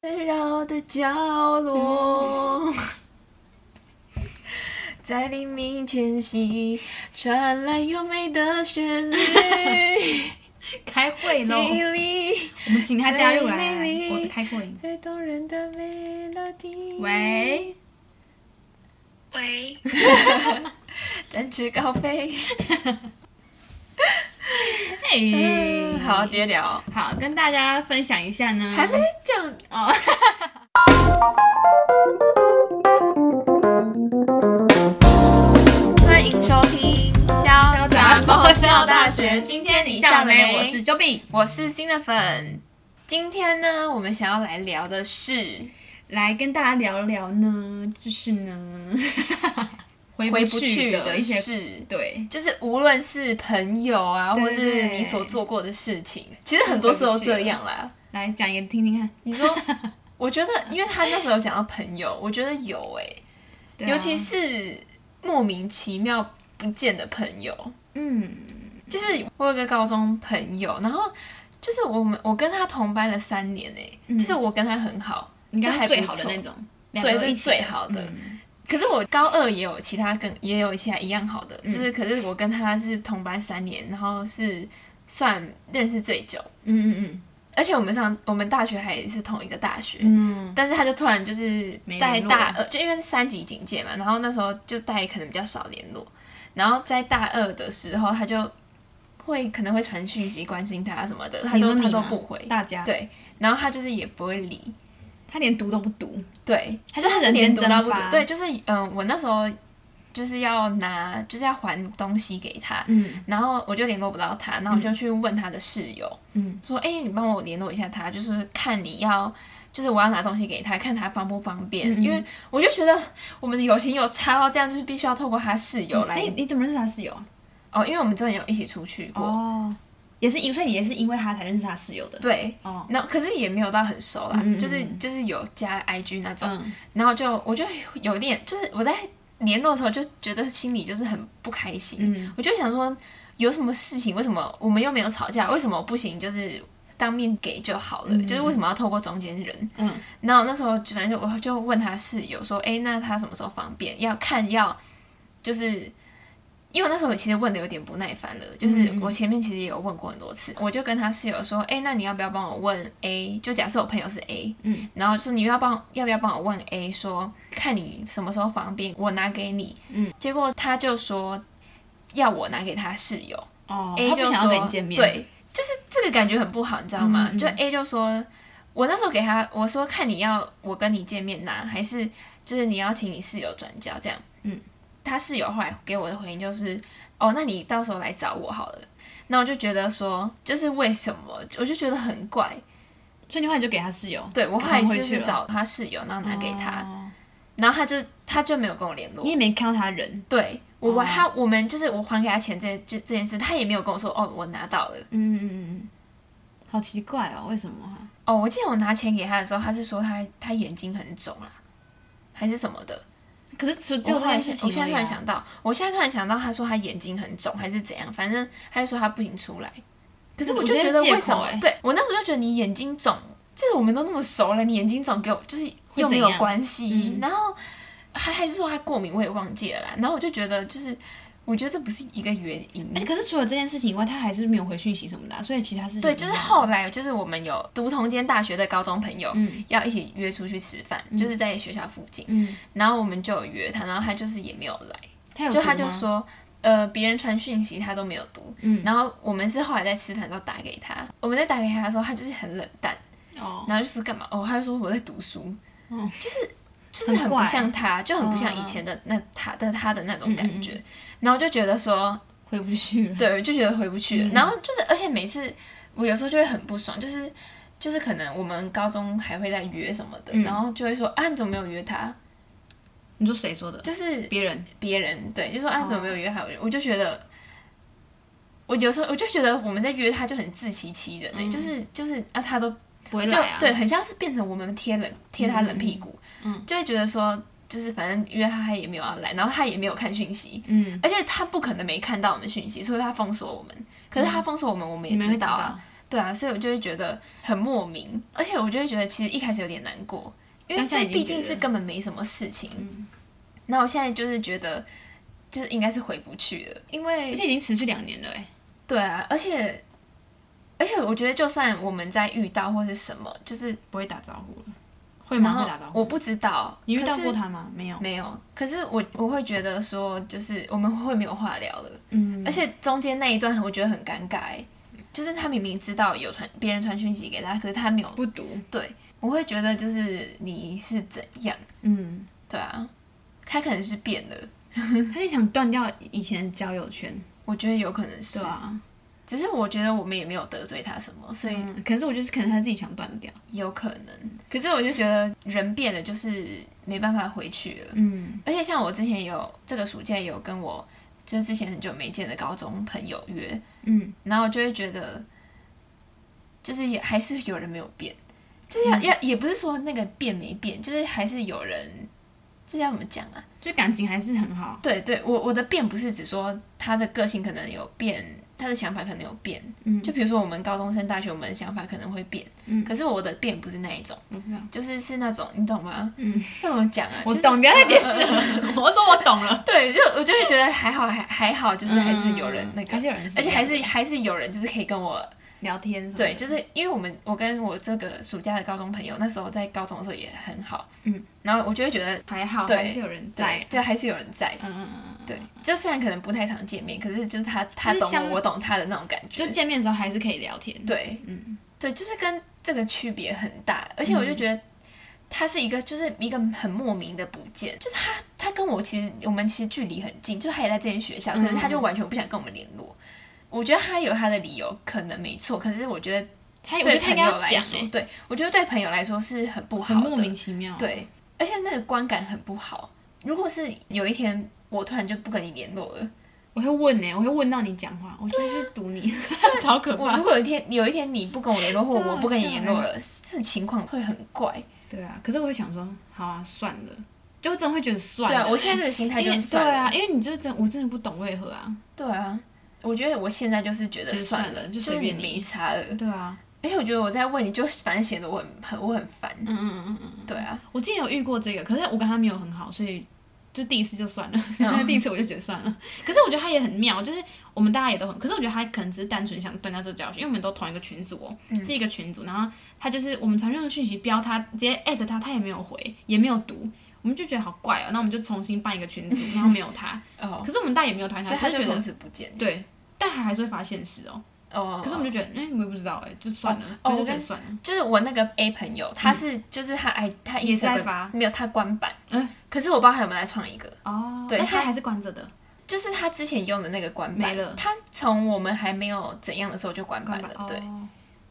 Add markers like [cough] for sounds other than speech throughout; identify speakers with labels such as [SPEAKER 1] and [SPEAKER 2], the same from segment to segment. [SPEAKER 1] 纷扰的角落，嗯在黎明前夕传来优美的旋 [laughs] 律，哎
[SPEAKER 2] 开会呢，
[SPEAKER 1] 经历
[SPEAKER 2] 我们请他加入来
[SPEAKER 1] 最美丽，
[SPEAKER 2] 我的开会。
[SPEAKER 1] 最动人的 melody。，
[SPEAKER 2] 喂，
[SPEAKER 3] 喂，
[SPEAKER 1] 展翅高飞。
[SPEAKER 2] 嘿，
[SPEAKER 1] 嗯好，接聊，
[SPEAKER 2] 好，跟大家分享一下呢，
[SPEAKER 1] 还没讲 [laughs]
[SPEAKER 2] 哦，
[SPEAKER 1] 欢迎收听《潇洒爆笑大学》，今天你
[SPEAKER 2] 下
[SPEAKER 1] 上
[SPEAKER 2] 了
[SPEAKER 1] 了
[SPEAKER 2] 没？
[SPEAKER 1] 没？
[SPEAKER 2] 我是 Joey，
[SPEAKER 1] 我是新的粉。今天呢，我们想要来聊的是
[SPEAKER 2] 来跟大家聊聊呢，就是 [laughs] 呢，回
[SPEAKER 1] 回不
[SPEAKER 2] 不
[SPEAKER 1] 去
[SPEAKER 2] 的
[SPEAKER 1] 的
[SPEAKER 2] 一些，
[SPEAKER 1] 事。
[SPEAKER 2] 对，
[SPEAKER 1] 就是无论是朋友啊，
[SPEAKER 2] 对
[SPEAKER 1] 或
[SPEAKER 2] 对
[SPEAKER 1] 是
[SPEAKER 2] 对
[SPEAKER 1] 你所做过的事情，其实很多事都这样啦。
[SPEAKER 2] 来讲一个听听看。
[SPEAKER 1] 你说，我觉得，因为他那时候有讲到朋友，我觉得有诶、
[SPEAKER 2] 对啊
[SPEAKER 1] 尤其是莫名其妙不见的朋友。
[SPEAKER 2] 嗯，
[SPEAKER 1] 就是我有个高中朋友，然后就是我们我跟他同班了三年诶、就是我跟他很好，
[SPEAKER 2] 嗯你
[SPEAKER 1] 就
[SPEAKER 2] 刚
[SPEAKER 1] 还不
[SPEAKER 2] 刚最好的
[SPEAKER 1] 错
[SPEAKER 2] 那种，两
[SPEAKER 1] 对
[SPEAKER 2] 个一
[SPEAKER 1] 对
[SPEAKER 2] 起
[SPEAKER 1] 最好的。
[SPEAKER 2] 嗯
[SPEAKER 1] 可是我高二也有其他跟也有一些一样好的，就是
[SPEAKER 2] 嗯
[SPEAKER 1] 可是我跟他是同班三年，然后是算认识最久，
[SPEAKER 2] 嗯嗯
[SPEAKER 1] 而且我们上我们大学还是同一个大学，
[SPEAKER 2] 嗯
[SPEAKER 1] 但是他就突然就是
[SPEAKER 2] 没
[SPEAKER 1] 在
[SPEAKER 2] 联络
[SPEAKER 1] 大二，就因为三级警戒嘛，然后那时候就大家可能比较少联络，然后在大二的时候他就会可能会传讯息关心他什么的，他
[SPEAKER 2] 你
[SPEAKER 1] 都
[SPEAKER 2] 说
[SPEAKER 1] 他
[SPEAKER 2] 你
[SPEAKER 1] 都
[SPEAKER 2] 吗
[SPEAKER 1] 不回，
[SPEAKER 2] 嗯大家，
[SPEAKER 1] 对，然后他就是也不会理，
[SPEAKER 2] 他连读都不读，
[SPEAKER 1] 对，
[SPEAKER 2] 他
[SPEAKER 1] 就
[SPEAKER 2] 就是
[SPEAKER 1] 是
[SPEAKER 2] 人
[SPEAKER 1] 连
[SPEAKER 2] 间
[SPEAKER 1] 读
[SPEAKER 2] 蒸
[SPEAKER 1] 到不读
[SPEAKER 2] 发。
[SPEAKER 1] 对，就是嗯，我那时候就是要拿，就是要还东西给他，
[SPEAKER 2] 嗯
[SPEAKER 1] 然后我就联络不到他，然后我就去问他的室友，
[SPEAKER 2] 嗯，
[SPEAKER 1] 说：“哎、你帮我联络一下他，就是看你要。”就是我要拿东西给他，看他方不方便，
[SPEAKER 2] 嗯嗯
[SPEAKER 1] 因为我就觉得我们的友情有差到这样，就是必须要透过他室友来、
[SPEAKER 2] 哎，你怎么认识他室友啊？
[SPEAKER 1] 哦，因为我们之前有一起出去过，
[SPEAKER 2] 哦，也是因，所以你也是因为他才认识他室友的。
[SPEAKER 1] 对，
[SPEAKER 2] 哦，
[SPEAKER 1] 那可是也没有到很熟啦，
[SPEAKER 2] 嗯嗯嗯
[SPEAKER 1] 就是就是有加 IG 那种，
[SPEAKER 2] 嗯，
[SPEAKER 1] 然后就我就有点，就是我在联络的时候就觉得心里就是很不开心，
[SPEAKER 2] 嗯
[SPEAKER 1] 我就想说有什么事情，为什么我们又没有吵架，为什么不行？就是当面给就好了，就是为什么要透过中间人？
[SPEAKER 2] 嗯，
[SPEAKER 1] 然后那时候就反正就我就问他室友说，诶，那他什么时候方便？要看要就是。因为那时候我其实问的有点不耐烦了，就是我前面其实也有问过很多次，我就跟他室友说，诶，那你要不要帮我问 A？就假设我朋友是 A，然后就是你要帮要不要帮我问 A 说看你什么时候方便，我拿给你。
[SPEAKER 2] 嗯，
[SPEAKER 1] 结果他就说要我拿给他室友、
[SPEAKER 2] 哦
[SPEAKER 1] a
[SPEAKER 2] 他
[SPEAKER 1] 就
[SPEAKER 2] 不
[SPEAKER 1] 说
[SPEAKER 2] 想要跟你见面，，
[SPEAKER 1] 对，就是这个感觉很不好，你知道吗？
[SPEAKER 2] 嗯嗯
[SPEAKER 1] 就 A 就说，我那时候给他我说看你要我跟你见面拿，还是就是你要请你室友转交这样。
[SPEAKER 2] 嗯，
[SPEAKER 1] 他室友后来给我的回应就是，哦，那你到时候来找我好了。那我就觉得说，就是为什么，我就觉得很怪。
[SPEAKER 2] 所以你后来就给他室友，
[SPEAKER 1] 对我后来就
[SPEAKER 2] 回去
[SPEAKER 1] 是
[SPEAKER 2] 了
[SPEAKER 1] 找他室友，然后拿给他。
[SPEAKER 2] 哦
[SPEAKER 1] 然后他就他就没有跟我联络
[SPEAKER 2] 你。也没看到他人，
[SPEAKER 1] 对我我、
[SPEAKER 2] 哦
[SPEAKER 1] 他我们就是我还给他钱这这这件事，他也没有跟我说哦我拿到了
[SPEAKER 2] 嗯嗯嗯嗯，好奇怪哦，为什么啊？
[SPEAKER 1] 哦。我记得我拿钱给他的时候，他是说他他眼睛很肿啦，还是什么的。
[SPEAKER 2] 可是只有只
[SPEAKER 1] 我
[SPEAKER 2] 有这
[SPEAKER 1] 后来
[SPEAKER 2] 件
[SPEAKER 1] 想
[SPEAKER 2] 事
[SPEAKER 1] 我现
[SPEAKER 2] 情，啊
[SPEAKER 1] 在突然，想到，我现在突然想到，他说他眼睛很肿还是怎样，反正他就说他不行出来。可是
[SPEAKER 2] 我
[SPEAKER 1] 我
[SPEAKER 2] 觉
[SPEAKER 1] 就
[SPEAKER 2] 得
[SPEAKER 1] 觉得
[SPEAKER 2] 借口
[SPEAKER 1] 为什么？
[SPEAKER 2] 欸
[SPEAKER 1] 对我那时候就觉得你眼睛肿，就是我们都那么熟了，你眼睛肿给我就是又没
[SPEAKER 2] 会怎
[SPEAKER 1] 有
[SPEAKER 2] 样
[SPEAKER 1] 关系
[SPEAKER 2] 嗯，
[SPEAKER 1] 然后还还是说他过敏，我也忘记了啦。然后我就觉得就是，我觉得这不是一个原因。
[SPEAKER 2] 而且可是除了这件事情以外，他还是没有回讯息什么的啊，所以其他事情
[SPEAKER 1] 对，就是后来就是我们有读同间大学的高中朋友，
[SPEAKER 2] 嗯
[SPEAKER 1] 要一起约出去吃饭，就是在学校附近，
[SPEAKER 2] 嗯，
[SPEAKER 1] 然后我们就有约他，然后他就是也没有来。
[SPEAKER 2] 他有
[SPEAKER 1] 就
[SPEAKER 2] 读
[SPEAKER 1] 他就
[SPEAKER 2] 吗，
[SPEAKER 1] 说，呃，别人传讯息他都没有读，
[SPEAKER 2] 嗯
[SPEAKER 1] 然后我们是后来在吃饭的时候打给他，我们在打给他的时候，他就是很冷淡，
[SPEAKER 2] 哦，
[SPEAKER 1] 然后就说干嘛？哦，他就说我在读书，
[SPEAKER 2] 哦
[SPEAKER 1] 就是就是
[SPEAKER 2] 很
[SPEAKER 1] 很
[SPEAKER 2] 怪
[SPEAKER 1] 不像他，就很不像以
[SPEAKER 2] 嗯
[SPEAKER 1] 前的那他的他的那种
[SPEAKER 2] 嗯嗯
[SPEAKER 1] 感觉，然后就觉得说，
[SPEAKER 2] 回不去了，
[SPEAKER 1] 对，就觉得回不去了，然后就是而且每次我有时候就会很不爽，就是。就是可能我们高中还会再约什么的，
[SPEAKER 2] 嗯
[SPEAKER 1] 然后就会说啊你怎么没有约他？
[SPEAKER 2] 你说谁说的？
[SPEAKER 1] 就是
[SPEAKER 2] 别人，
[SPEAKER 1] 别人，对，就说啊
[SPEAKER 2] 哦
[SPEAKER 1] 怎么没有约他，我就我就觉得，我有时候我就觉得我们在约他就很自欺欺人、欸就是就是啊他都
[SPEAKER 2] 不会
[SPEAKER 1] 就、
[SPEAKER 2] 来啊，
[SPEAKER 1] 对，，很像是变成我们贴冷贴他冷屁股，
[SPEAKER 2] 嗯
[SPEAKER 1] 就会觉得说就是反正约他他也没有要来，然后他也没有看讯息，
[SPEAKER 2] 嗯，
[SPEAKER 1] 而且他不可能没看到我们讯息，所以他封锁我们，可是他封锁我们我们
[SPEAKER 2] 嗯你
[SPEAKER 1] 也
[SPEAKER 2] 们会
[SPEAKER 1] 知
[SPEAKER 2] 知
[SPEAKER 1] 道啊，
[SPEAKER 2] 道，
[SPEAKER 1] 对啊，所以我就会觉得很莫名，而且我就会觉得其实一开始有点难过，因为
[SPEAKER 2] 当下
[SPEAKER 1] 这
[SPEAKER 2] 已经
[SPEAKER 1] 毕竟
[SPEAKER 2] 觉得嗯
[SPEAKER 1] 是根本没什么事情。那、我现在就是觉得，就是应该是回不去了，因为
[SPEAKER 2] 而且已经持续两年了哎，
[SPEAKER 1] 对啊，而且而且我觉得，就算我们在遇到或是什么，就是
[SPEAKER 2] 不会打招呼了，会
[SPEAKER 1] 然
[SPEAKER 2] 吗？会打招
[SPEAKER 1] 后
[SPEAKER 2] 呼？
[SPEAKER 1] 我不知道，
[SPEAKER 2] 你遇到
[SPEAKER 1] 可是
[SPEAKER 2] 过他吗？没有，
[SPEAKER 1] 没有？可是我我会觉得说，就是我们会没有话聊了，
[SPEAKER 2] 嗯，
[SPEAKER 1] 而且中间那一段我觉得很尴尬、欸，就是他明明知道有传别人传讯息给他，可是他没有
[SPEAKER 2] 不读，
[SPEAKER 1] 对，我会觉得就是你是怎样，
[SPEAKER 2] 嗯，
[SPEAKER 1] 对啊，他可能是变了，
[SPEAKER 2] 他就想断掉以前的交友圈，
[SPEAKER 1] 我觉得有可能是，
[SPEAKER 2] 对啊，
[SPEAKER 1] 只是我觉得我们也没有得罪他什么，所以
[SPEAKER 2] 嗯，可是我就是可能他自己想断掉，
[SPEAKER 1] 有可能。可是我就觉得人变了，就是没办法回去了。
[SPEAKER 2] 嗯，
[SPEAKER 1] 而且像我之前也有这个暑假也有跟我就是之前很久没见的高中朋友约，
[SPEAKER 2] 嗯，
[SPEAKER 1] 然后就会觉得，就是也还是有人没有变，就是
[SPEAKER 2] 嗯
[SPEAKER 1] 要要、也不是说那个变没变，就是还是有人，这要怎么讲啊？
[SPEAKER 2] 就感情还是很好，
[SPEAKER 1] 对对，我我的变不是指说他的个性可能有变，他的想法可能有变。
[SPEAKER 2] 嗯
[SPEAKER 1] 就比如说我们高中生、大学，我们的想法可能会变。
[SPEAKER 2] 嗯
[SPEAKER 1] 可是我的变不是那一种，
[SPEAKER 2] 我知道，
[SPEAKER 1] 就是是那种你懂吗？
[SPEAKER 2] 嗯，
[SPEAKER 1] 要怎么讲啊？
[SPEAKER 2] 我
[SPEAKER 1] 就是
[SPEAKER 2] 懂，你不要再解释。
[SPEAKER 1] [laughs]
[SPEAKER 2] 了，我说我懂了，
[SPEAKER 1] 对，就我就会觉得还好，还还好，就是还是有人那个，
[SPEAKER 2] 嗯还是有人，
[SPEAKER 1] 而且还是还是有人就是可以跟我
[SPEAKER 2] 聊天什么的，
[SPEAKER 1] 对，就是因为我们我跟我这个暑假的高中朋友，那时候在高中的时候也很好，
[SPEAKER 2] 嗯，
[SPEAKER 1] 然后我就会觉得
[SPEAKER 2] 还好，
[SPEAKER 1] 对
[SPEAKER 2] 还是有人在
[SPEAKER 1] 对，，就还是有人在，
[SPEAKER 2] 嗯嗯嗯嗯，
[SPEAKER 1] 对，就虽然可能不太常见面，可是就是他他
[SPEAKER 2] 就是
[SPEAKER 1] 懂
[SPEAKER 2] 相
[SPEAKER 1] 我，我懂他的那种感觉，
[SPEAKER 2] 就见面的时候还是可以聊天，
[SPEAKER 1] 对，
[SPEAKER 2] 嗯，
[SPEAKER 1] 对，就是跟这个区别很大，而且我就觉得他是一个就是一个很莫名的不见，就是他他跟我其实我们其实距离很近，就他也在这间学
[SPEAKER 2] 嗯
[SPEAKER 1] 校，可是他就完全不想跟我们联络。我觉得他有他的理由，可能没错，可是我觉得
[SPEAKER 2] 他哎我觉
[SPEAKER 1] 对
[SPEAKER 2] 得他
[SPEAKER 1] 朋
[SPEAKER 2] 应该
[SPEAKER 1] 友
[SPEAKER 2] 要
[SPEAKER 1] 来
[SPEAKER 2] 讲
[SPEAKER 1] 说，
[SPEAKER 2] 欸，
[SPEAKER 1] 对我觉得对朋友来说是很不好
[SPEAKER 2] 很
[SPEAKER 1] 的，
[SPEAKER 2] 莫名其妙，，
[SPEAKER 1] 对，而且那个观感很不好。如果是有一天我突然就不跟你联络了，
[SPEAKER 2] 我会问欸呢，我会问到你讲话，我
[SPEAKER 1] 啊
[SPEAKER 2] 就是
[SPEAKER 1] [laughs]
[SPEAKER 2] 堵你，超可
[SPEAKER 1] 我
[SPEAKER 2] 怕
[SPEAKER 1] 如，果有一天有一天你不跟我联络，或
[SPEAKER 2] 真的
[SPEAKER 1] 我不跟你
[SPEAKER 2] 很像
[SPEAKER 1] 联络了，这情况会很怪。
[SPEAKER 2] 对啊，可是我会想说，好啊，算了，就真的会觉得算
[SPEAKER 1] 对
[SPEAKER 2] 了。
[SPEAKER 1] 啊，我现在这个心态
[SPEAKER 2] 因
[SPEAKER 1] 就
[SPEAKER 2] 为
[SPEAKER 1] 是算
[SPEAKER 2] 对
[SPEAKER 1] 了。
[SPEAKER 2] 啊，因为你就真我真的不懂为何啊，
[SPEAKER 1] 对啊，我觉得我现在就是觉得
[SPEAKER 2] 就是
[SPEAKER 1] 算
[SPEAKER 2] 算了就
[SPEAKER 1] 就
[SPEAKER 2] 随
[SPEAKER 1] 是你
[SPEAKER 2] 便你
[SPEAKER 1] 没差了。
[SPEAKER 2] 对啊，
[SPEAKER 1] 而且我觉得我在问你，就反正显得我很很我很烦。
[SPEAKER 2] 嗯嗯嗯嗯，
[SPEAKER 1] 对啊，
[SPEAKER 2] 我之前有遇过这个，可是我跟他没有很好，所以就第一次就算了， [laughs]
[SPEAKER 1] 嗯
[SPEAKER 2] 第一次我就觉得算了。可是我觉得他也很妙，就是我们大家也都很，可是我觉得他可能只是单纯想断掉这个教训，因为我们都同一个群组哦，
[SPEAKER 1] 嗯
[SPEAKER 2] 是一个群组，然后他就是我们传任何讯息标他，直接艾特他，他也没有回，也没有读。我们就觉得好怪哦，那我们就重新办一个群组，然后没有他，
[SPEAKER 1] [laughs] 哦，
[SPEAKER 2] 可是我们大家也没有讨厌
[SPEAKER 1] 所
[SPEAKER 2] 他，
[SPEAKER 1] 以他
[SPEAKER 2] 只
[SPEAKER 1] 就是从
[SPEAKER 2] 觉得
[SPEAKER 1] 此不见。
[SPEAKER 2] 对，但他还是会发现实哦。
[SPEAKER 1] 哦，
[SPEAKER 2] 可是我们就觉得，哎、我也不知道、哎，就算了，
[SPEAKER 1] 哦
[SPEAKER 2] 那就
[SPEAKER 1] 我
[SPEAKER 2] 觉得
[SPEAKER 1] 跟
[SPEAKER 2] 算了。
[SPEAKER 1] 就是我那个 A 朋友，他是就是他哎他
[SPEAKER 2] 也是在
[SPEAKER 1] Instagram
[SPEAKER 2] 发
[SPEAKER 1] 没有他关版，
[SPEAKER 2] 嗯，
[SPEAKER 1] 可是我不知道他有没有再创一个，
[SPEAKER 2] 哦
[SPEAKER 1] 对
[SPEAKER 2] 但是
[SPEAKER 1] 他
[SPEAKER 2] 他还是关着的，
[SPEAKER 1] 就是他之前用的那个关版
[SPEAKER 2] 没了
[SPEAKER 1] 他从我们还没有怎样的时候就关版
[SPEAKER 2] 吧
[SPEAKER 1] 了，呃对，
[SPEAKER 2] 哦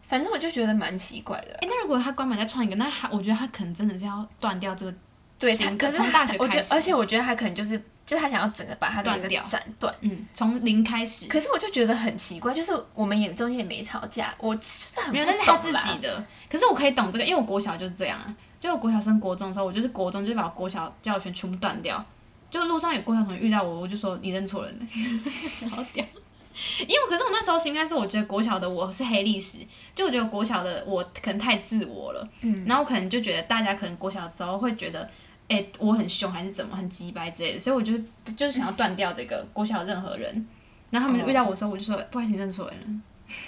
[SPEAKER 1] 反正我就觉得蛮奇怪的。
[SPEAKER 2] 哎、那如果他关门再创一个，那他我觉得他可能真的是要断掉这个
[SPEAKER 1] 对他，
[SPEAKER 2] 情
[SPEAKER 1] 可
[SPEAKER 2] 感，
[SPEAKER 1] 是
[SPEAKER 2] 从
[SPEAKER 1] 他
[SPEAKER 2] 大学
[SPEAKER 1] 我觉
[SPEAKER 2] 开
[SPEAKER 1] 得
[SPEAKER 2] 始，，
[SPEAKER 1] 而且我觉得他可能就是，就他想要整个把他的
[SPEAKER 2] 断
[SPEAKER 1] 那
[SPEAKER 2] 掉
[SPEAKER 1] 个斩断。
[SPEAKER 2] 嗯，从零开始，
[SPEAKER 1] 可是我就觉得很奇怪，就是我们也中间也没吵架，我就是很不
[SPEAKER 2] 没有，那是他
[SPEAKER 1] 懂
[SPEAKER 2] 自
[SPEAKER 1] 啦 [laughs]
[SPEAKER 2] 己的。可是我可以懂这个，因为我国小就是这样啊，就我国小升国中的时候，我就是国中就把我国小教育圈全部断掉，就路上有国小同学遇到我，我就说你认错人了， [laughs] 超屌。 [laughs] 因为可是我那时候心态是，我觉得国小的我是黑历史，就我觉得国小的我可能太自我了，嗯，然后我可能就觉得大家可能国小的时候会觉得，哎、我很凶还是怎么很鸡掰之类的，所以我就就是想要断掉这个国小任何人，然后他们遇到我的时候，我就说不好意思，你认错人了。 [laughs]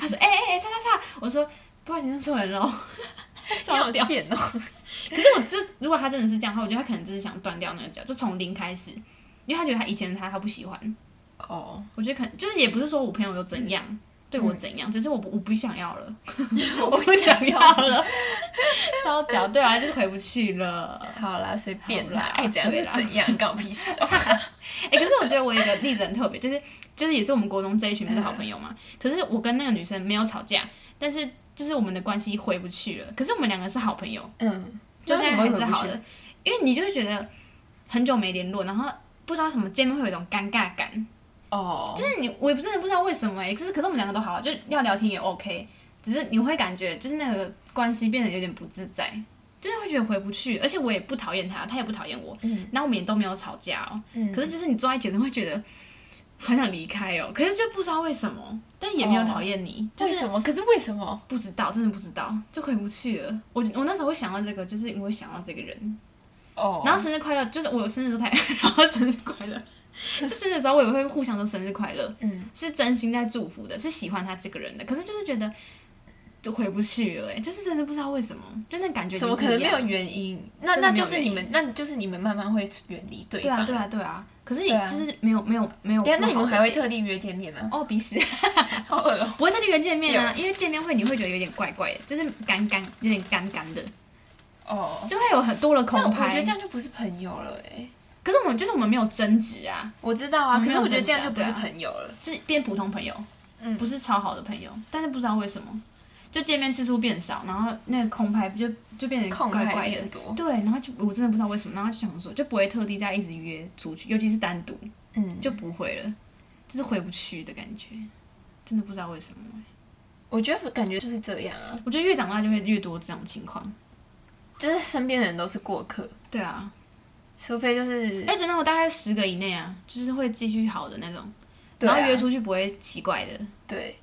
[SPEAKER 2] 他说：“哎哎哎，叉叉叉！”我说：“不好意思，认错人喽。”
[SPEAKER 1] 你好
[SPEAKER 2] 烧掉。
[SPEAKER 1] 贱哦、
[SPEAKER 2] [laughs] 可是我就如果他真的是这样的话，我觉得他可能真的想断掉那个脚，就从零开始，因为他觉得他以前的他他不喜欢。
[SPEAKER 1] 哦，
[SPEAKER 2] 我觉得可能就是也不是说我朋友有怎样、对我怎样，只是我不我不想要了，我不想要 [laughs] 了，超屌，对啊，就是回不去了。
[SPEAKER 1] [laughs] 好啦，随便啦
[SPEAKER 2] 好啦，
[SPEAKER 1] 爱怎样
[SPEAKER 2] 对
[SPEAKER 1] 就
[SPEAKER 2] 啦
[SPEAKER 1] 怎样，干我屁事
[SPEAKER 2] [laughs]
[SPEAKER 1] 哦、
[SPEAKER 2] 哎、可是我觉得我有一个例子很特别，就是就是也是我们国中这一群不是好朋友嘛。可是我跟那个女生没有吵架，但是就是我们的关系回不去了。可是我们两个是好朋友，
[SPEAKER 1] 嗯，
[SPEAKER 2] 就
[SPEAKER 1] 为
[SPEAKER 2] 现
[SPEAKER 1] 什
[SPEAKER 2] 在
[SPEAKER 1] 么
[SPEAKER 2] 还
[SPEAKER 1] 会回
[SPEAKER 2] 是
[SPEAKER 1] 不
[SPEAKER 2] 好
[SPEAKER 1] 去
[SPEAKER 2] 的，因为你就会觉得很久没联络，然后不知道为什么见面会有一种尴尬感，
[SPEAKER 1] 哦，
[SPEAKER 2] 就是你我也不真的不知道为什么哎、就是可是我们两个都好，就要聊天也 OK，只是你会感觉就是那个关系变得有点不自在。就是会觉得回不去，而且我也不讨厌他，他也不讨厌我，
[SPEAKER 1] 嗯
[SPEAKER 2] 然后我们也都没有吵架哦。
[SPEAKER 1] 嗯
[SPEAKER 2] 可是就是你坐在一起，你会觉得好想离开哦，可是就不知道为什么，但也没有
[SPEAKER 1] 哦
[SPEAKER 2] 讨厌你，就
[SPEAKER 1] 为
[SPEAKER 2] 是
[SPEAKER 1] 什么？可是为什么？
[SPEAKER 2] 不知道，真的不知道，就回不去了。我我那时候会想到这个，就是因为想到这个人。
[SPEAKER 1] 哦，
[SPEAKER 2] 然后生日快乐，就是我生日都太， [laughs] 然后生日快乐，就生日的时候我也会互相说生日快乐，
[SPEAKER 1] 嗯，
[SPEAKER 2] 是真心在祝福的，是喜欢他这个人的。可是就是觉得就回不去了、欸，就是真的不知道为什么，就那感觉
[SPEAKER 1] 怎么
[SPEAKER 2] 就不
[SPEAKER 1] 可能
[SPEAKER 2] 一
[SPEAKER 1] 没
[SPEAKER 2] 样
[SPEAKER 1] 有原因？那
[SPEAKER 2] 真的
[SPEAKER 1] 那
[SPEAKER 2] 没有
[SPEAKER 1] 就是你
[SPEAKER 2] 原
[SPEAKER 1] 们，那就是你们慢慢会远离对
[SPEAKER 2] 对
[SPEAKER 1] 方。
[SPEAKER 2] 啊，对。啊，对啊。可是
[SPEAKER 1] 对啊
[SPEAKER 2] 也就是没有没有没有不
[SPEAKER 1] 等一
[SPEAKER 2] 好的点。
[SPEAKER 1] 下，那你们还会特地约见面
[SPEAKER 2] [laughs]
[SPEAKER 1] 吗？
[SPEAKER 2] 哦彼此
[SPEAKER 1] 好恶哦。
[SPEAKER 2] 不会在那边见面啊，因为见面会你会觉得有点怪怪的，就是干干有点干干的，
[SPEAKER 1] 哦，
[SPEAKER 2] 就会有很多的空
[SPEAKER 1] 那我
[SPEAKER 2] 拍。
[SPEAKER 1] 觉得这样就不是朋友了哎。
[SPEAKER 2] 可是我们就是我们没有争执啊，
[SPEAKER 1] 我知道啊，
[SPEAKER 2] 嗯
[SPEAKER 1] 可是我
[SPEAKER 2] 没有
[SPEAKER 1] 觉得这样
[SPEAKER 2] 真
[SPEAKER 1] 就不是
[SPEAKER 2] 假对啊
[SPEAKER 1] 朋友了。
[SPEAKER 2] 就是变普通朋友，
[SPEAKER 1] 嗯
[SPEAKER 2] 不是超好的朋友，但是不知道为什么，就见面次数变少，然后那个空拍就就变得
[SPEAKER 1] 空
[SPEAKER 2] 啊怪
[SPEAKER 1] 拍
[SPEAKER 2] 怪的
[SPEAKER 1] 变。多。
[SPEAKER 2] 对，然后就我真的不知道为什么，然后就想说就不会特地再一直约出去，尤其是单独
[SPEAKER 1] 嗯，
[SPEAKER 2] 就不会了，就是回不去的感觉，真的不知道为什么。欸
[SPEAKER 1] 我觉得感觉就是这样啊，
[SPEAKER 2] 我觉得越长大就会越多这种情况。
[SPEAKER 1] 就是身边的人都是过客，
[SPEAKER 2] 对啊，
[SPEAKER 1] 除非就是
[SPEAKER 2] 哎、真的我大概十个以内啊，就是会继续好的那种，
[SPEAKER 1] 对
[SPEAKER 2] 然
[SPEAKER 1] 啊
[SPEAKER 2] 后约出去不会奇怪的。
[SPEAKER 1] 对，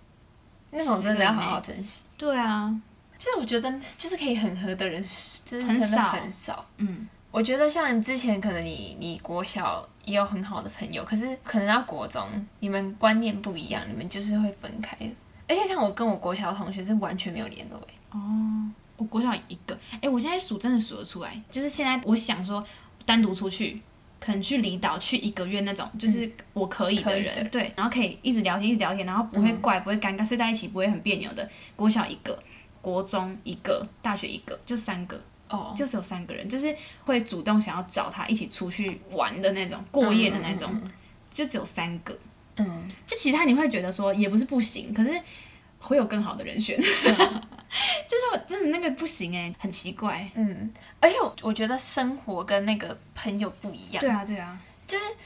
[SPEAKER 1] 那种真的要好好珍惜。
[SPEAKER 2] 对啊，
[SPEAKER 1] 其实我觉得就是可以很合的人，就是
[SPEAKER 2] 很
[SPEAKER 1] 真的
[SPEAKER 2] 少
[SPEAKER 1] 很少。
[SPEAKER 2] 嗯，
[SPEAKER 1] 我觉得像之前可能你你国小也有很好的朋友，可是可能到国中你们观念不一样，你们就是会分开的。而且像我跟我国小同学是完全没有联络欸，
[SPEAKER 2] 哦，我国小一个，哎、我现在数真的数得出来，就是现在我想说单独出去，可能去离岛去一个月那种，就是我可以的人，
[SPEAKER 1] 嗯可以的
[SPEAKER 2] 对，然后可以一直聊天，一直聊天，然后不会
[SPEAKER 1] 嗯
[SPEAKER 2] 怪，不会尴尬，睡在一起不会很别扭的。国小一个，国中一个，大学一个，就三个，
[SPEAKER 1] 哦，就
[SPEAKER 2] 就是有三个人，就是会主动想要找他一起出去玩的那种，过夜的那种，就只有三个。
[SPEAKER 1] 嗯，
[SPEAKER 2] 就其他你会觉得说也不是不行，可是会有更好的人选。
[SPEAKER 1] 嗯
[SPEAKER 2] [laughs] 就是我真的那个不行哎、很奇怪。
[SPEAKER 1] 嗯，而且我我觉得生活跟那个朋友不一样，
[SPEAKER 2] 对啊，对啊，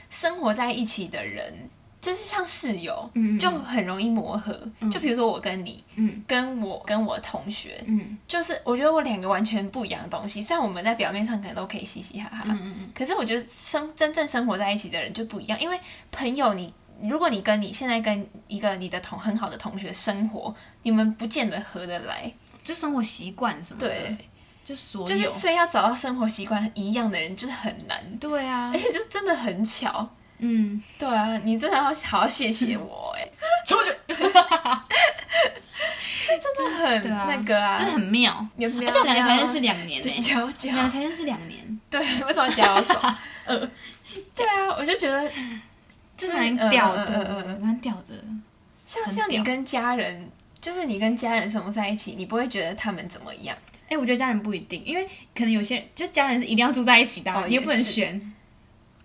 [SPEAKER 1] 生活在一起的人，就是像室友，
[SPEAKER 2] 嗯
[SPEAKER 1] 就很容易磨合。就比如说我跟你，
[SPEAKER 2] 嗯
[SPEAKER 1] 跟我跟我同学，
[SPEAKER 2] 嗯
[SPEAKER 1] 就是我觉得我两个完全不一样的东西。虽然我们在表面上可能都可以嘻嘻哈哈，
[SPEAKER 2] 嗯
[SPEAKER 1] 可是我觉得生真正生活在一起的人就不一样，因为朋友你。如果你跟你现在跟一个你的同很好的同学生活，你们不见得合得来，
[SPEAKER 2] 就生活习惯什么的，
[SPEAKER 1] 对，，
[SPEAKER 2] 就哦所有，
[SPEAKER 1] 就是所以要找到生活习惯一样的人就是很难，
[SPEAKER 2] 对啊
[SPEAKER 1] [laughs] 而，且就是真的很巧，
[SPEAKER 2] 嗯，
[SPEAKER 1] 对啊，你真的要好好谢谢我哎、
[SPEAKER 2] [laughs] 出去
[SPEAKER 1] [laughs] 这就很
[SPEAKER 2] 对啊
[SPEAKER 1] 那个啊，
[SPEAKER 2] 就是很妙，
[SPEAKER 1] 原本
[SPEAKER 2] 而且我们两个才认识两年
[SPEAKER 1] 啊
[SPEAKER 2] 呢、
[SPEAKER 1] 对啊交交
[SPEAKER 2] 我们，两个才认识两年，
[SPEAKER 1] 对，为什么要交
[SPEAKER 2] [laughs]
[SPEAKER 1] 手？呃对啊，我就觉得就是
[SPEAKER 2] 蛮屌
[SPEAKER 1] 嗯嗯嗯嗯
[SPEAKER 2] 的，蛮屌的，
[SPEAKER 1] 像
[SPEAKER 2] 很
[SPEAKER 1] 像你
[SPEAKER 2] 屌
[SPEAKER 1] 跟家人，就是你跟家人生活在一起，你不会觉得他们怎么样，
[SPEAKER 2] 哎、我觉得家人不一定，因为可能有些就家人是一定要住在一起的啊，
[SPEAKER 1] 哦
[SPEAKER 2] 你也不能
[SPEAKER 1] 也是
[SPEAKER 2] 选。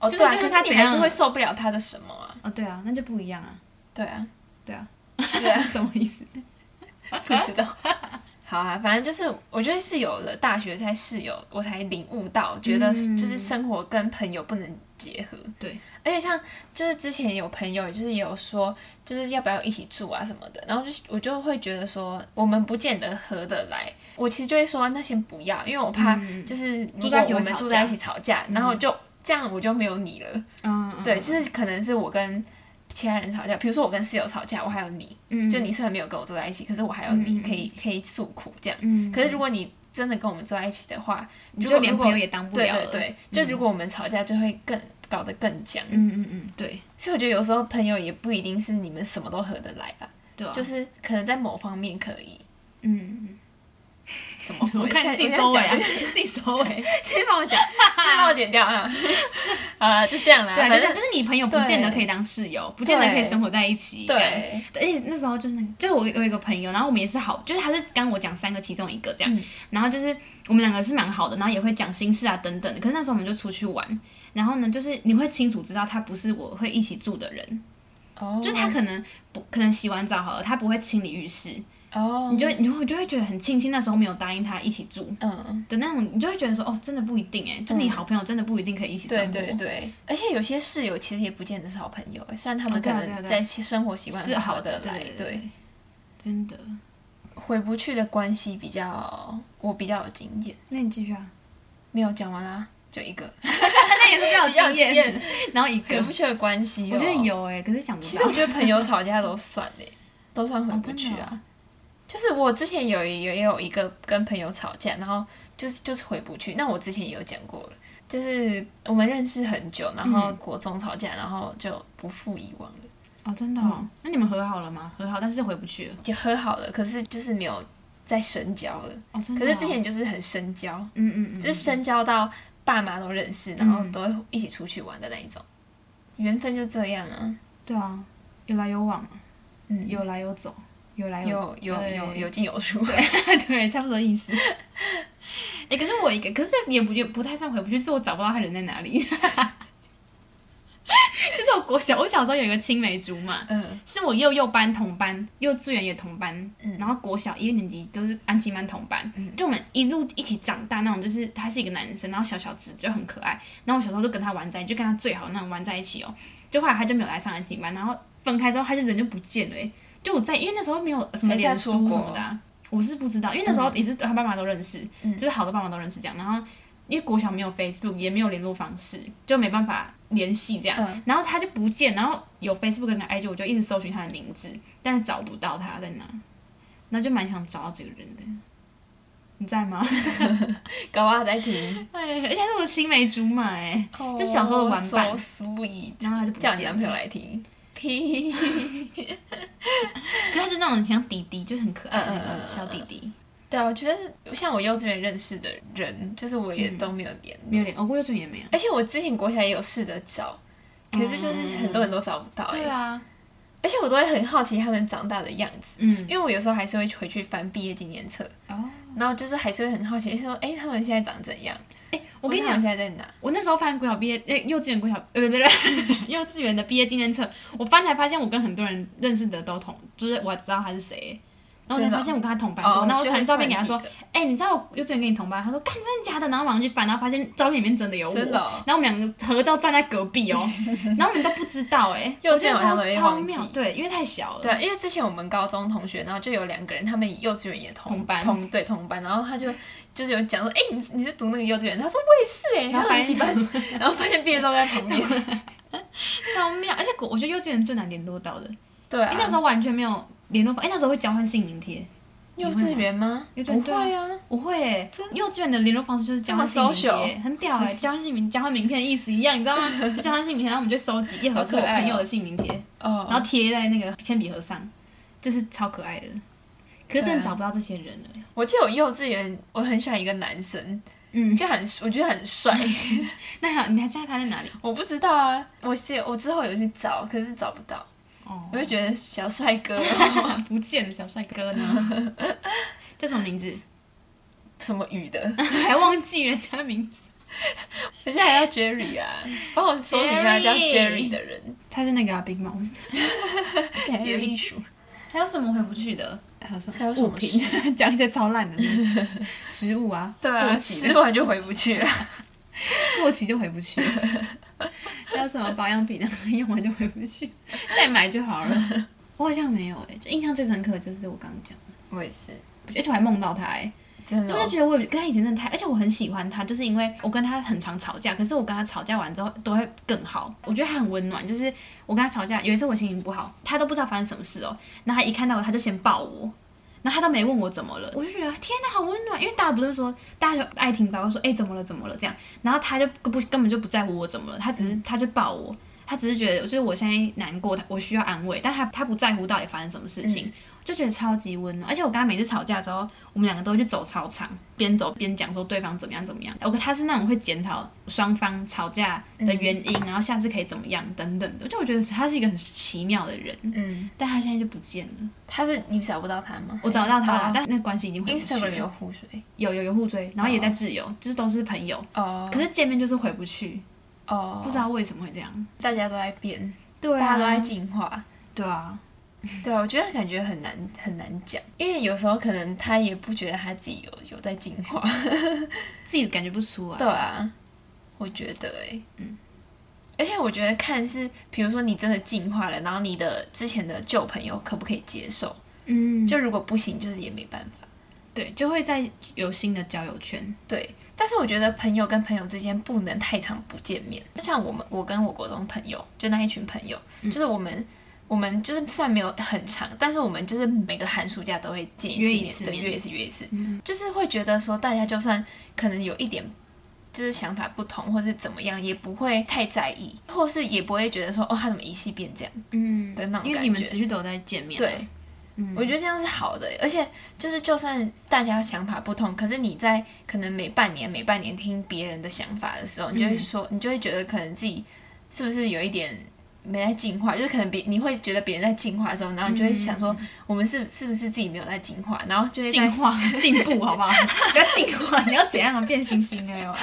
[SPEAKER 1] 哦，
[SPEAKER 2] 就是
[SPEAKER 1] 对啊，
[SPEAKER 2] 就
[SPEAKER 1] 可
[SPEAKER 2] 是
[SPEAKER 1] 是
[SPEAKER 2] 他
[SPEAKER 1] 你
[SPEAKER 2] 怎
[SPEAKER 1] 还
[SPEAKER 2] 样
[SPEAKER 1] 是会受不了他的什么啊？
[SPEAKER 2] 哦，对啊，那就不一样啊，
[SPEAKER 1] 对啊，
[SPEAKER 2] 对啊，
[SPEAKER 1] [laughs] 对啊，
[SPEAKER 2] [laughs] 什么意思？
[SPEAKER 1] [laughs] 不知道。好啊，反正就是我觉得是有了大学才室友，我才领悟到，觉得
[SPEAKER 2] 嗯
[SPEAKER 1] 就是生活跟朋友不能结合。
[SPEAKER 2] 对，
[SPEAKER 1] 而且像就是之前有朋友就是也有说，就是要不要一起住啊什么的，然后就是我就会觉得说我们不见得合得来，我其实就会说那先不要，因为我怕就是如
[SPEAKER 2] 嗯
[SPEAKER 1] 果
[SPEAKER 2] 住在一起
[SPEAKER 1] 我
[SPEAKER 2] 会
[SPEAKER 1] 们
[SPEAKER 2] 吵
[SPEAKER 1] 住
[SPEAKER 2] 架
[SPEAKER 1] 在一起吵架，然后就这样我就没有你了。
[SPEAKER 2] 嗯，嗯
[SPEAKER 1] 对，就是可能是我跟其他人吵架，比如说我跟室友吵架，我还有你，
[SPEAKER 2] 嗯
[SPEAKER 1] 就你虽然没有跟我坐在一起，可是我还有你可以可以诉苦这样。
[SPEAKER 2] 嗯
[SPEAKER 1] 可是如果你真的跟我们坐在一起的话，
[SPEAKER 2] 你
[SPEAKER 1] 如
[SPEAKER 2] 就
[SPEAKER 1] 果
[SPEAKER 2] 连
[SPEAKER 1] 如果
[SPEAKER 2] 朋友也当不
[SPEAKER 1] 对
[SPEAKER 2] 了了。
[SPEAKER 1] 对对，就如果我们吵架就会更搞得更僵。
[SPEAKER 2] 嗯嗯嗯，对
[SPEAKER 1] 所以我觉得有时候朋友也不一定是你们什么都合得来啊，
[SPEAKER 2] 对啊，
[SPEAKER 1] 就是可能在某方面可以。
[SPEAKER 2] 嗯，
[SPEAKER 1] 什
[SPEAKER 2] [laughs]
[SPEAKER 1] 么
[SPEAKER 2] 哦？我看自己收尾啊，自己收尾。
[SPEAKER 1] [laughs] 自己帮我讲， [laughs] 自己帮我剪掉
[SPEAKER 2] [laughs]
[SPEAKER 1] 啊！好了，就这样啦。
[SPEAKER 2] 对啊，
[SPEAKER 1] 反
[SPEAKER 2] 就是
[SPEAKER 1] 正
[SPEAKER 2] 就是你朋友不见得可以当室友，不见得可以生活在一起。这样。
[SPEAKER 1] 对，
[SPEAKER 2] 而且那时候就是那个，就是我有一个朋友，然后我们也是好，就是他是刚我讲三个其中一个这样，
[SPEAKER 1] 嗯
[SPEAKER 2] 然后就是我们两个是蛮好的，然后也会讲心事啊等等的。可是那时候我们就出去玩，然后呢，就是你会清楚知道他不是我会一起住的人，
[SPEAKER 1] 哦，
[SPEAKER 2] 就是他可能不可能洗完澡好了，他不会清理浴室，
[SPEAKER 1] 哦，
[SPEAKER 2] 你就你就会就会觉得很庆幸那时候没有答应他一起住，
[SPEAKER 1] 嗯，
[SPEAKER 2] 的那种，你就会觉得说，哦，真的不一定哎，就你好朋友真的不一定可以一起哦生
[SPEAKER 1] 对对
[SPEAKER 2] 活，
[SPEAKER 1] 对，而且有些室友其实也不见得是好朋友，虽然他
[SPEAKER 2] 哦
[SPEAKER 1] 们
[SPEAKER 2] 对
[SPEAKER 1] 可
[SPEAKER 2] 啊对啊
[SPEAKER 1] 能
[SPEAKER 2] 对啊
[SPEAKER 1] 在生活习惯
[SPEAKER 2] 是好
[SPEAKER 1] 的
[SPEAKER 2] 的，
[SPEAKER 1] 来，
[SPEAKER 2] 对
[SPEAKER 1] 对，，
[SPEAKER 2] 真的。
[SPEAKER 1] 回不去的关系比较，我比较有经验。
[SPEAKER 2] 那你继续啊，
[SPEAKER 1] 没有讲完啦，就一个，
[SPEAKER 2] [laughs] 那也是比较有
[SPEAKER 1] 比较有
[SPEAKER 2] 经 [laughs] 验，
[SPEAKER 1] 经
[SPEAKER 2] 然后一个
[SPEAKER 1] 可，不缺关系、哦
[SPEAKER 2] 我觉得。有哎、可是想不到。
[SPEAKER 1] 其实我觉得朋友吵架都
[SPEAKER 2] [laughs]
[SPEAKER 1] 算嘞、都算回
[SPEAKER 2] 哦
[SPEAKER 1] 不
[SPEAKER 2] 真的
[SPEAKER 1] 去啊。
[SPEAKER 2] 哦
[SPEAKER 1] 就是我之前有一也有一个跟朋友吵架，然后就是就是回不去。那我之前也有讲过了，就是我们认识很久，然后
[SPEAKER 2] 嗯
[SPEAKER 1] 国中吵架，然后就不复以往了，
[SPEAKER 2] 哦，真的哦、那你们和好了吗？和好，但是回不去了。
[SPEAKER 1] 就和好了，可是就是没有再深交了。
[SPEAKER 2] 哦，真的
[SPEAKER 1] 可
[SPEAKER 2] 哦、
[SPEAKER 1] 是之前就是很深交，
[SPEAKER 2] 嗯，嗯嗯嗯，
[SPEAKER 1] 就是深交到爸妈都认识，然后都会一起出去玩的那一种。缘分就这样啊，
[SPEAKER 2] 对啊，有来有往啊，
[SPEAKER 1] 嗯，
[SPEAKER 2] 有来有走，有来
[SPEAKER 1] 有有
[SPEAKER 2] 对
[SPEAKER 1] 有有进有出，
[SPEAKER 2] [laughs] 对，差不多 [laughs] 意思。哎、欸可是我一个，可是也不也不太算回不去，是我找不到他人在哪里。 [laughs] 就是我国小，我小时候有一个青梅竹马，
[SPEAKER 1] 嗯
[SPEAKER 2] 是我幼幼班同班，幼稚园也同班，
[SPEAKER 1] 嗯
[SPEAKER 2] 然后国小一二年级都是安亲班同班，
[SPEAKER 1] 嗯
[SPEAKER 2] 就我们一路一起长大那种。就是他是一个男生，然后小小只就很可爱，然后我小时候就跟他玩在一起，就跟他最好那种玩在一起哦。就后来他就没有来上安亲班，然后分开之后他就人就不见了、欸，就我在因为那时候没有什么
[SPEAKER 1] 还是
[SPEAKER 2] 脸
[SPEAKER 1] 他
[SPEAKER 2] 书
[SPEAKER 1] 出
[SPEAKER 2] 什
[SPEAKER 1] 国
[SPEAKER 2] 么的啊、我是不知道，因为那时候也是他爸妈都认识，
[SPEAKER 1] 嗯
[SPEAKER 2] 就是好多爸妈都认识这样，然后。因为国小没有 Facebook，也没有联络方式，就没办法联系这样。
[SPEAKER 1] 嗯
[SPEAKER 2] 然后他就不见，然后有 Facebook 跟 IG，我就一直搜寻他的名字，但是找不到他在哪，那就蛮想找到这个人的。你在吗？
[SPEAKER 1] [laughs]
[SPEAKER 2] [laughs]
[SPEAKER 1] 搞啊在听，
[SPEAKER 2] 哎，而且他是我的青梅竹马哎，就小时候的玩伴
[SPEAKER 1] s w e
[SPEAKER 2] 然后他就不
[SPEAKER 1] 叫你男朋
[SPEAKER 2] 见了。
[SPEAKER 1] 友来听，屁，
[SPEAKER 2] 可是他就那种很像弟弟，就很可爱的那
[SPEAKER 1] 嗯嗯嗯
[SPEAKER 2] 种
[SPEAKER 1] 嗯
[SPEAKER 2] 小弟弟，
[SPEAKER 1] 对啊，我觉得像我幼稚园认识的人，就是我也都没有联络，
[SPEAKER 2] 没有脸，哦，我幼稚园也没有。
[SPEAKER 1] 而且我之前国小也有试着找，可是就是很多人都找不到、欸，
[SPEAKER 2] 对啊，
[SPEAKER 1] 而且我都会很好奇他们长大的样子，
[SPEAKER 2] 嗯，
[SPEAKER 1] 因为我有时候还是会回去翻毕业纪念册，
[SPEAKER 2] 哦，
[SPEAKER 1] 然后就是还是会很好奇，说哎、诶他们现在长怎样？
[SPEAKER 2] 哎，我跟你
[SPEAKER 1] 或
[SPEAKER 2] 讲
[SPEAKER 1] 是他们，现在在哪？
[SPEAKER 2] 我那时候翻国小毕业，诶、幼稚园国小，呃，不对，不对 [laughs] 幼稚园的毕业纪念册，我翻才发现我跟很多人认识的都同，就是我知道他是谁，然后我才
[SPEAKER 1] 真的哦
[SPEAKER 2] 发现我跟他同班过，然后我
[SPEAKER 1] 就
[SPEAKER 2] 传
[SPEAKER 1] 会
[SPEAKER 2] 照片给
[SPEAKER 1] 突然
[SPEAKER 2] 他说
[SPEAKER 1] 记，
[SPEAKER 2] 哎、你知道我幼稚园跟你同班？他说，看真的假的？然后马上去翻，然后发现照片里面真的有我，
[SPEAKER 1] 真的哦
[SPEAKER 2] 然后我们两个合照站在隔
[SPEAKER 1] [laughs]
[SPEAKER 2] 壁哦，然后我们都不知道哎、欸，
[SPEAKER 1] 幼
[SPEAKER 2] 我
[SPEAKER 1] 稚
[SPEAKER 2] 觉
[SPEAKER 1] 园
[SPEAKER 2] 得
[SPEAKER 1] 好像
[SPEAKER 2] 超
[SPEAKER 1] 都会
[SPEAKER 2] 超
[SPEAKER 1] 忘
[SPEAKER 2] 妙，
[SPEAKER 1] 记
[SPEAKER 2] 对，因为太小了，
[SPEAKER 1] 对啊，因为之前我们高中同学，然后就有两个人，他们幼稚园也同
[SPEAKER 2] 同班
[SPEAKER 1] 同对同班，然后他就就是有讲说，哎、你你是读那个幼稚园？他说我也是
[SPEAKER 2] [laughs]
[SPEAKER 1] 哎、欸，
[SPEAKER 2] 然
[SPEAKER 1] 然
[SPEAKER 2] 后
[SPEAKER 1] 后
[SPEAKER 2] 发
[SPEAKER 1] 很
[SPEAKER 2] 现
[SPEAKER 1] 几班，然后发现毕业都在旁边，
[SPEAKER 2] 超妙，而且国我觉得幼稚园最难联络到的，
[SPEAKER 1] 对啊
[SPEAKER 2] 因为， [laughs] 那时候完全没有联络方，哎、那时候会交换姓名贴，
[SPEAKER 1] 幼稚园吗？
[SPEAKER 2] 幼
[SPEAKER 1] 不
[SPEAKER 2] 稚园对啊
[SPEAKER 1] 会啊，
[SPEAKER 2] 我会、欸，幼稚园的联络方式就是交换姓名贴、
[SPEAKER 1] 这么 social
[SPEAKER 2] 很屌哎、交换姓名、交换名片的意思一样，你知道吗？就交换姓名片，然后我们就收集一盒
[SPEAKER 1] 好
[SPEAKER 2] 是
[SPEAKER 1] 可
[SPEAKER 2] 我
[SPEAKER 1] 爱哦
[SPEAKER 2] 朋友的姓名贴，
[SPEAKER 1] 哦，
[SPEAKER 2] 然后贴在那个铅笔盒上，就是超可爱的。可是
[SPEAKER 1] 对
[SPEAKER 2] 真的
[SPEAKER 1] 啊
[SPEAKER 2] 找不到这些人了，
[SPEAKER 1] 我记得我幼稚园我很喜欢一个男生，
[SPEAKER 2] 嗯，
[SPEAKER 1] 就很我觉得很帅，
[SPEAKER 2] 那还有你还知道他在哪里？
[SPEAKER 1] 我不知道啊，我是我之后有去找，可是找不到，
[SPEAKER 2] 哦
[SPEAKER 1] 我，就觉得小帅 [laughs] 哥
[SPEAKER 2] 不见了，小帅哥呢？ [laughs] 叫什么名字？
[SPEAKER 1] 什么语的，
[SPEAKER 2] [laughs] 还忘记人家名字？
[SPEAKER 1] 可是还要 Jerry 啊，帮我搜寻一下叫
[SPEAKER 2] Jerry
[SPEAKER 1] Jerry 的人，
[SPEAKER 2] 他是那个啊，Big [laughs] Mouth。
[SPEAKER 1] 杰
[SPEAKER 2] [laughs]
[SPEAKER 1] 利鼠。
[SPEAKER 2] 还有什么回不去的？还有什么？
[SPEAKER 1] 还有什么
[SPEAKER 2] 物品？ [laughs] 讲一些超烂的名 [laughs] 字，食物啊，
[SPEAKER 1] 对
[SPEAKER 2] 过
[SPEAKER 1] 啊，
[SPEAKER 2] 期的
[SPEAKER 1] 吃完就回不去了。
[SPEAKER 2] 过期就回不去了。 [laughs] 还有什么保养品啊？ [laughs] 用完就回不去，再买就好了。我好像没有哎、就印象最深刻的就是我刚刚讲
[SPEAKER 1] 我也是，
[SPEAKER 2] 的，而且我还梦到他哎、
[SPEAKER 1] 真
[SPEAKER 2] 因
[SPEAKER 1] 的
[SPEAKER 2] 为
[SPEAKER 1] 哦、
[SPEAKER 2] 我就觉得我跟他以前真的太，而且我很喜欢他，就是因为我跟他很常吵架，可是我跟他吵架完之后都会更好。我觉得他很温暖，就是我跟他吵架，有一次我心情不好，他都不知道发生什么事哦，然后他一看到我，他就先抱我。然后他都没问我怎么了，我就觉得天哪，好温暖！因为大家不是说大家就爱听八卦，说哎、怎么了怎么了这样，然后他就不不根本就不在乎我怎么了，他只是他就抱我，他只是觉得就是我现在难过，我需要安慰，但他他不在乎到底发生什么事情，就觉得超级温暖。而且我跟他每次吵架之后，我们两个都会去走操场，边走边讲说对方怎么样怎么样。我他是那种会检讨双方吵架的原因，然后下次可以怎么样等等的。就我觉得他是一个很奇妙的人，
[SPEAKER 1] 嗯，
[SPEAKER 2] 但他现在就不见了。
[SPEAKER 1] 他是你找不到他吗？
[SPEAKER 2] 我找到他了，
[SPEAKER 1] 哦
[SPEAKER 2] 但那关系已经回不去
[SPEAKER 1] Instagram 有
[SPEAKER 2] 了。
[SPEAKER 1] 湖水
[SPEAKER 2] 有有有互追，然后也在挚友，就是都是朋友，
[SPEAKER 1] 哦
[SPEAKER 2] 可是见面就是回不去，
[SPEAKER 1] 哦，
[SPEAKER 2] 不知道为什么会这样。
[SPEAKER 1] 大家都在变，
[SPEAKER 2] 对
[SPEAKER 1] 大家
[SPEAKER 2] 啊，
[SPEAKER 1] 都在进化。
[SPEAKER 2] 对啊，
[SPEAKER 1] 对啊，我觉得感觉很难很难讲，因为有时候可能他也不觉得他自己有有在进化。
[SPEAKER 2] 自己感觉不出来。
[SPEAKER 1] 对啊，我觉得哎、嗯，而且我觉得看是，比如说你真的进化了，然后你的之前的旧朋友可不可以接受？
[SPEAKER 2] 嗯，
[SPEAKER 1] 就如果不行，就是也没办法。
[SPEAKER 2] 对，就会在有新的交友圈。
[SPEAKER 1] 对，但是我觉得朋友跟朋友之间不能太常不见面。像我们，我跟我国中朋友，就那一群朋友，
[SPEAKER 2] 嗯
[SPEAKER 1] 就是我们，我们就是虽然没有很长，但是我们就是每个寒暑假都会见
[SPEAKER 2] 约
[SPEAKER 1] 一
[SPEAKER 2] 一次
[SPEAKER 1] 次面，对，
[SPEAKER 2] 面嗯
[SPEAKER 1] 约一次，约一次，就是会觉得说大家就算可能有一点。就是想法不同，或是怎么样，也不会太在意，或是也不会觉得说哦，他怎么一系变这样
[SPEAKER 2] 嗯，
[SPEAKER 1] 的那种
[SPEAKER 2] 因为
[SPEAKER 1] 感
[SPEAKER 2] 你们
[SPEAKER 1] 觉
[SPEAKER 2] 持续都有在见面。啊
[SPEAKER 1] 对，，
[SPEAKER 2] 嗯
[SPEAKER 1] 我觉得这样是好的，而且就是就算大家想法不同，可是你在可能每半年每半年听别人的想法的时候，你就会说，
[SPEAKER 2] 嗯
[SPEAKER 1] 你就会觉得可能自己是不是有一点没在进化，就是可能别你会觉得别人在进化的时候，然后你就会想说，我们是是不是自己没有在进化，然后就会在
[SPEAKER 2] 嗯进 [laughs] 化进步好不好？你要进化，你要怎样啊？变星星哎呦！ [laughs]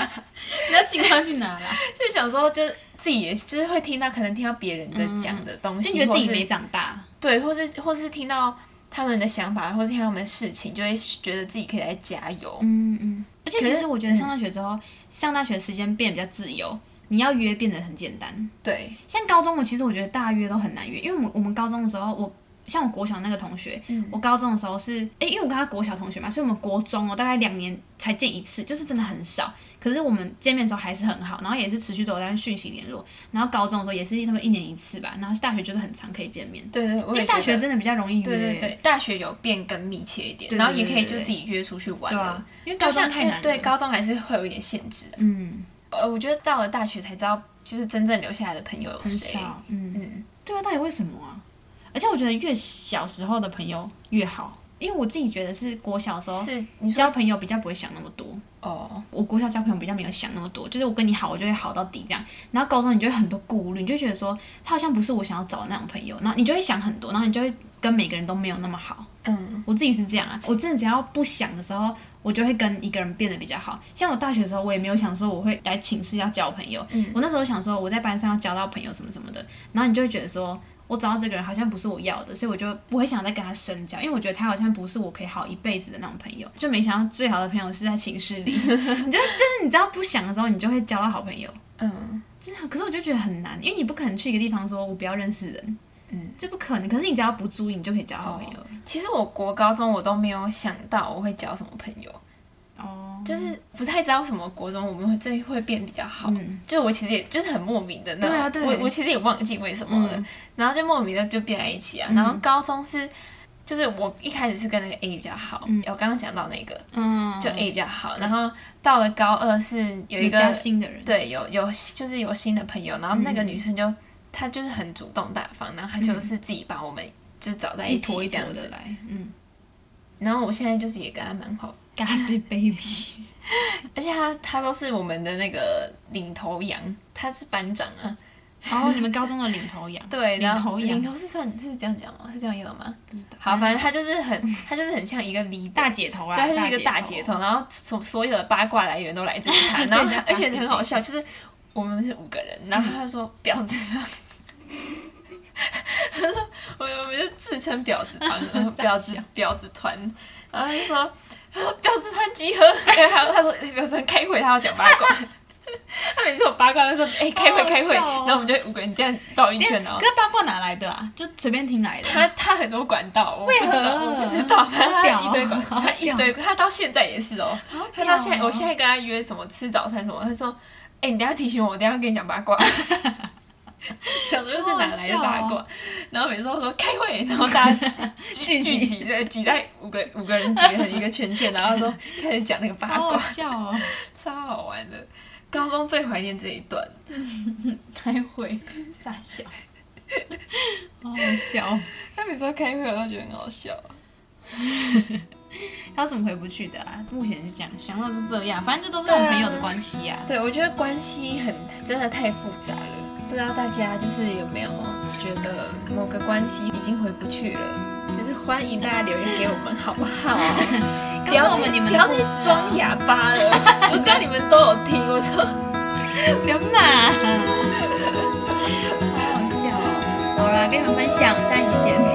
[SPEAKER 2] 你要进化去哪啦？
[SPEAKER 1] [laughs] 就想说，就是自己也就是会听到，可能听到别人的讲的东
[SPEAKER 2] [laughs] 就
[SPEAKER 1] 西，
[SPEAKER 2] 觉嗯得自己
[SPEAKER 1] 或是
[SPEAKER 2] 没长大。
[SPEAKER 1] 对，或是或是听到他们的想法，或是听到他们的事情，就会觉得自己可以来加油。
[SPEAKER 2] 嗯嗯。而且
[SPEAKER 1] 可是
[SPEAKER 2] 其实我觉得上大学之后，上大学时间变得比较自由，你要约变得很简单。
[SPEAKER 1] 对，
[SPEAKER 2] 像高中，我其实我觉得大约都很难约，因为我们我们高中的时候，我像我国小那个同学，
[SPEAKER 1] 嗯
[SPEAKER 2] 我高中的时候是，诶，因为我跟他国小同学嘛，所以我们国中哦，大概两年才见一次，就是真的很少。可是我们见面的时候还是很好，然后也是持续都有在讯息联络。然后高中的时候也是他们一年一次吧，然后大学就是很常可以见面，
[SPEAKER 1] 对对，我
[SPEAKER 2] 因
[SPEAKER 1] 也
[SPEAKER 2] 为大
[SPEAKER 1] 觉得
[SPEAKER 2] 学真的比较容易约。
[SPEAKER 1] 对对对，大学有变更密切一点，
[SPEAKER 2] 对
[SPEAKER 1] 然后也可以
[SPEAKER 2] 对
[SPEAKER 1] 就
[SPEAKER 2] 对
[SPEAKER 1] 自己约出去玩
[SPEAKER 2] 对
[SPEAKER 1] 了
[SPEAKER 2] 啊。，因为
[SPEAKER 1] 就
[SPEAKER 2] 高中
[SPEAKER 1] 像
[SPEAKER 2] 太难了。
[SPEAKER 1] 对高中还是会有一点限制。
[SPEAKER 2] 嗯，
[SPEAKER 1] 呃，我觉得到了大学才知道，就是真正留下来的朋友有
[SPEAKER 2] 很
[SPEAKER 1] 谁。
[SPEAKER 2] 少。嗯，
[SPEAKER 1] 嗯，
[SPEAKER 2] 对啊，到底为什么啊？而且我觉得越小时候的朋友越好，因为我自己觉得是国小的时候
[SPEAKER 1] 是你说
[SPEAKER 2] 交朋友比较不会想那么多。
[SPEAKER 1] 哦，
[SPEAKER 2] 我国小交朋友比较没有想那么多，就是我跟你好，我就会好到底这样。然后高中你就会很多顾虑，你就会觉得说他好像不是我想要找的那种朋友，然后你就会想很多，然后你就会跟每个人都没有那么好。
[SPEAKER 1] 嗯，
[SPEAKER 2] 我自己是这样啊，我真的只要不想的时候，我就会跟一个人变得比较好。像我大学的时候，我也没有想说我会来寝室要交朋友，
[SPEAKER 1] 嗯
[SPEAKER 2] 我那时候想说我在班上要交到朋友什么什么的，然后你就会觉得说。我找到这个人好像不是我要的，所以我就不会想再跟他深交，因为我觉得他好像不是我可以好一辈子的那种朋友。就没想到最好的朋友是在寝室
[SPEAKER 1] [laughs]
[SPEAKER 2] 里，你就就是你只要不想的时候，你就会交到好朋友。
[SPEAKER 1] 嗯，
[SPEAKER 2] 真的，可是我就觉得很难，因为你不可能去一个地方说我不要认识人，
[SPEAKER 1] 嗯，
[SPEAKER 2] 这不可能。可是你只要不注意，你就可以交好朋友。
[SPEAKER 1] 其实我国高中我都没有想到我会交什么朋友，
[SPEAKER 2] 哦，
[SPEAKER 1] 就是不太知道为什么国中我们会这会变比较好。
[SPEAKER 2] 嗯，
[SPEAKER 1] 就我其实也就是很莫名的那种，
[SPEAKER 2] 对啊对
[SPEAKER 1] 我我其实也忘记为什么了，
[SPEAKER 2] 嗯
[SPEAKER 1] 然后就莫名的就变在一起啊。然后高中是，就是我一开始是跟那个 A 比较好，我刚刚讲到那个
[SPEAKER 2] 嗯，
[SPEAKER 1] 就 A 比较好，然后到了高二是有一
[SPEAKER 2] 你加
[SPEAKER 1] 个
[SPEAKER 2] 新的人，
[SPEAKER 1] 对有有就是有新的朋友，然后那个女生
[SPEAKER 2] 嗯
[SPEAKER 1] 就、她就是很主动大方，然后她就是自己把我们就找在
[SPEAKER 2] 一
[SPEAKER 1] 起
[SPEAKER 2] 坨一
[SPEAKER 1] 这
[SPEAKER 2] 坨
[SPEAKER 1] 样
[SPEAKER 2] 的
[SPEAKER 1] 子。
[SPEAKER 2] 来，嗯
[SPEAKER 1] 然后我现在就是也跟她蛮好的，
[SPEAKER 2] ，Gassy Baby， [laughs]
[SPEAKER 1] 而且她她都是我们的那个领头羊，她是班长啊。
[SPEAKER 2] 然后哦你们高中的领头 [laughs] 羊，
[SPEAKER 1] 对，
[SPEAKER 2] 领
[SPEAKER 1] 然后
[SPEAKER 2] 头羊
[SPEAKER 1] 领头是算是这样讲吗？是这样用的吗？
[SPEAKER 2] 不知道
[SPEAKER 1] 好，反正他就是很，他就是很像一个离
[SPEAKER 2] 大姐头啊，
[SPEAKER 1] 对，他就是一个大姐
[SPEAKER 2] 姐，
[SPEAKER 1] 头，然后所所有的八卦来源都来自于
[SPEAKER 2] [laughs]
[SPEAKER 1] 他，然后他
[SPEAKER 2] 所以你叫
[SPEAKER 1] 而且
[SPEAKER 2] 八十
[SPEAKER 1] 很好笑，就是我们是五个人，然后他就说
[SPEAKER 2] 嗯
[SPEAKER 1] 婊子帮， [laughs] 他说我们就自称婊
[SPEAKER 2] [laughs]
[SPEAKER 1] 子帮，然后婊子婊子团，然后他就说他说婊子团集合， [laughs] 然后他他说婊子团开会，他要讲八卦。 [laughs] 他每次有八卦，他说：“哎、开会
[SPEAKER 2] 好好
[SPEAKER 1] 开会。
[SPEAKER 2] 笑哦
[SPEAKER 1] 然后我们就五个人这样绕一圈，然后
[SPEAKER 2] 可是八卦哪来的啊？就随便听来的，
[SPEAKER 1] 他他很多管道，我不
[SPEAKER 2] 为
[SPEAKER 1] 知道，
[SPEAKER 2] 何
[SPEAKER 1] 我不知道，反正
[SPEAKER 2] 好屌
[SPEAKER 1] 他
[SPEAKER 2] 哦
[SPEAKER 1] 一堆管，
[SPEAKER 2] 好
[SPEAKER 1] 他一堆，他到现在也是哦，
[SPEAKER 2] 好
[SPEAKER 1] 他到
[SPEAKER 2] 屌
[SPEAKER 1] 现在，
[SPEAKER 2] 哦
[SPEAKER 1] 我现在跟他约什么吃早餐什么，他说，哎，你等一下提醒我，我等一下跟你讲八卦。想的就是哪来的八
[SPEAKER 2] 好好笑哦
[SPEAKER 1] 卦，然后每次都说开会，然后大家聚
[SPEAKER 2] [laughs] 聚集
[SPEAKER 1] 聚集在挤在五个五个人挤成一个圈圈，然后
[SPEAKER 2] [laughs]
[SPEAKER 1] 说开始讲那个八
[SPEAKER 2] 好好
[SPEAKER 1] 卦，
[SPEAKER 2] 笑哦，
[SPEAKER 1] 超好玩的。高中最怀念这一段，
[SPEAKER 2] 开会傻 [laughs] 笑，好好笑。哦
[SPEAKER 1] 他每次都开会我都觉得很好笑。
[SPEAKER 2] 还有什么回不去的啦？目前是这样，想到是这样，反正就都是这种朋友的关系呀、
[SPEAKER 1] 对，我觉得关系很真的太复杂了，不知道大家就是有没有觉得某个关系已经回不去了，就是欢迎大家留言给我们，好不
[SPEAKER 2] [laughs]
[SPEAKER 1] 好？不
[SPEAKER 2] 告
[SPEAKER 1] 要
[SPEAKER 2] 诉我们你们
[SPEAKER 1] 不
[SPEAKER 2] 的
[SPEAKER 1] 要
[SPEAKER 2] 故
[SPEAKER 1] 再
[SPEAKER 2] 事啊
[SPEAKER 1] 装哑巴了， [laughs] 我知道你们都有听，我知道。
[SPEAKER 2] 啊不要嗯骂，好好笑、哦。好啦，跟你们分享，我们下一集见。